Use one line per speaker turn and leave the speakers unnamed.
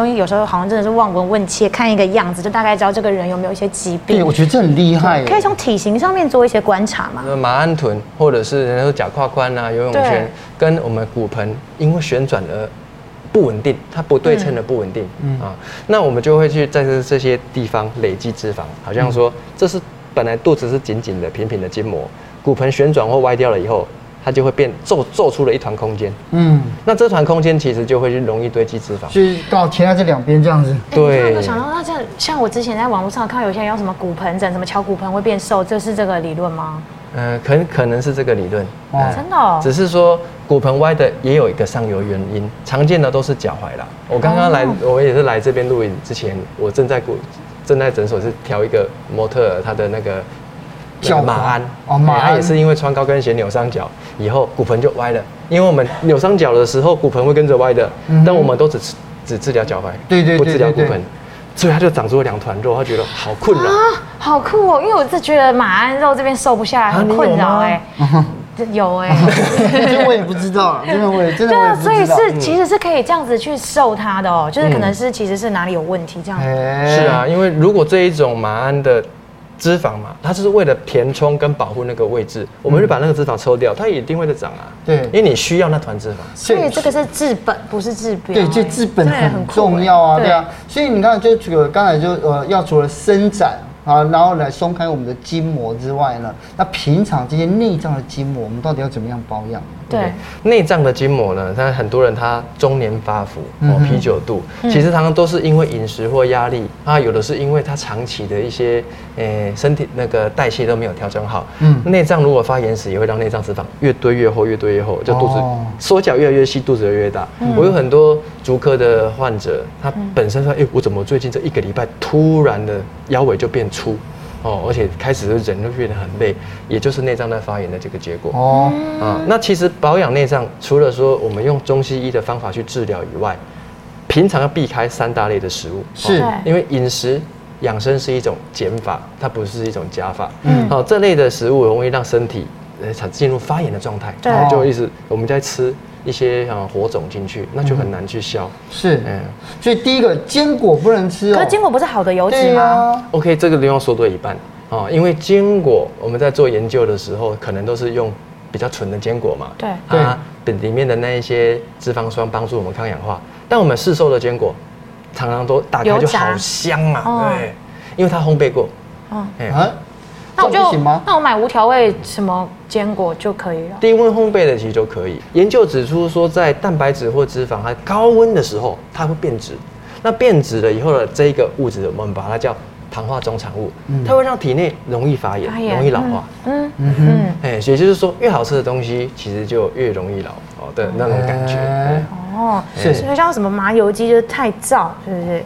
中医有时候好像真的是望闻问切，看一个样子就大概知道这个人有没有一些疾
对，
病。
我觉得这很厉害耶。
可以从体型上面做一些观察嘛？
那马鞍臀或者是人家说假胯宽啊、游泳圈
对，
跟我们骨盆因为旋转而不稳定，它不对称的不稳定、
嗯
啊，那我们就会去在这这些地方累积脂肪，好像说、这是本来肚子是紧紧的、平平的筋膜，骨盆旋转或歪掉了以后，它就会变皱皱出了一团空间，
嗯，
那这团空间其实就会去容易堆积脂肪。
就是刚好贴在这两边这样子。
哎你突然
对
有想到，那这像我之前在网络上看到有些人要什么骨盆枕，什么敲骨盆会变瘦，这是这个理论吗？
嗯，可能可能是这个理论，
哦
嗯
真的哦
只是说骨盆歪的也有一个上游原因，常见的都是脚踝啦。我刚刚来，
哦
我也是来这边录影之前，我正在骨正在诊所是调一个模特儿，她的那个
脚踝
马鞍
哦马鞍
哎她也是因为穿高跟鞋扭伤脚，以后骨盆就歪了。因为我们扭伤脚的时候，骨盆会跟着歪的，
嗯哼
但我们都只吃只治疗脚踝，
对对对
不治疗骨
对对
盆，所以她就长出了两团肉，她觉得好困扰。
啊，好酷哦！因为我是觉得马鞍肉这边瘦不下来，
啊
很
你有
困扰
吗
哎。这有哎、
这我也不知道， 真的我也真的
对
我也
啊，
不
所以
知道。嗯
是其实是可以这样子去瘦它的哦，就是可能是其实是哪里有问题这样。
哎
是啊，，因为如果这一种马鞍的脂肪嘛，它是为了填充跟保护那个位置，我们就把那个脂肪抽掉，它也一定会的长啊。
嗯对
因为你需要那团脂肪。
所以这个是治本，不是治标哎。
对，就治本
真的
很
酷哎
重要啊，对啊。所以你看，就除了刚才就呃，要除了伸展啊，然后来松开我们的筋膜之外呢，那平常这些内脏的筋膜，我们到底要怎么样保养？
对，
内脏的筋膜呢，但很多人他中年发福
嗯
哦
哼，嗯
啤酒肚，其实常常都是因为饮食或压力啊，有的是因为他长期的一些诶、身体那个代谢都没有调整好，
嗯
嗯，内脏如果发炎时也会让内脏脂肪越堆越厚，越堆越厚，就肚子
哦嗯
缩脚越来越细，肚子越来越大。我有很多足科的患者，他本身说，哎、我怎么最近这一个礼拜突然的腰围就变粗？哦，而且开始人就变得很累，也就是内脏在发炎的这个结果。
哦，
嗯
啊、那其实保养内脏，除了说我们用中西医的方法去治疗以外，平常要避开三大类的食物，哦
是
对
因为饮食养生是一种减法，它不是一种加法。
嗯
嗯，好、这类的食物容易让身体呃产进入发炎的状态，
对
然后就一直我们在吃一些啊、呃火种进去，那就很难去消。
是
嗯。
所以第一个坚果不能吃哦，
可是坚果不是好的油脂
对
吗？
啊，
OK，这个地方说对一半啊、哦因为坚果我们在做研究的时候，可能都是用比较纯的坚果嘛，
啊
对
它本里面的那一些脂肪酸帮助我们抗氧化，但我们市售的坚果常常都打开
油
就
炸
好香啊，
哦
对，因为它烘焙过，
嗯
嗯，
啊，
那我
这样不
就
行吗？
那我买无调味什么坚果就可以了。
低温烘焙的其实就可以。研究指出说，在蛋白质或脂肪它高温的时候，它会变质。那变质了以后的这一个物质，我们把它叫糖化中产物，它会让体内容易发炎
嗯发，炎
容易老化。
嗯嗯
哎，所以就是说，越好吃的东西，其实就越容易老哦的那种感觉。
哎
哎
哦，
是
所以像什么麻油鸡就是太燥，是不是？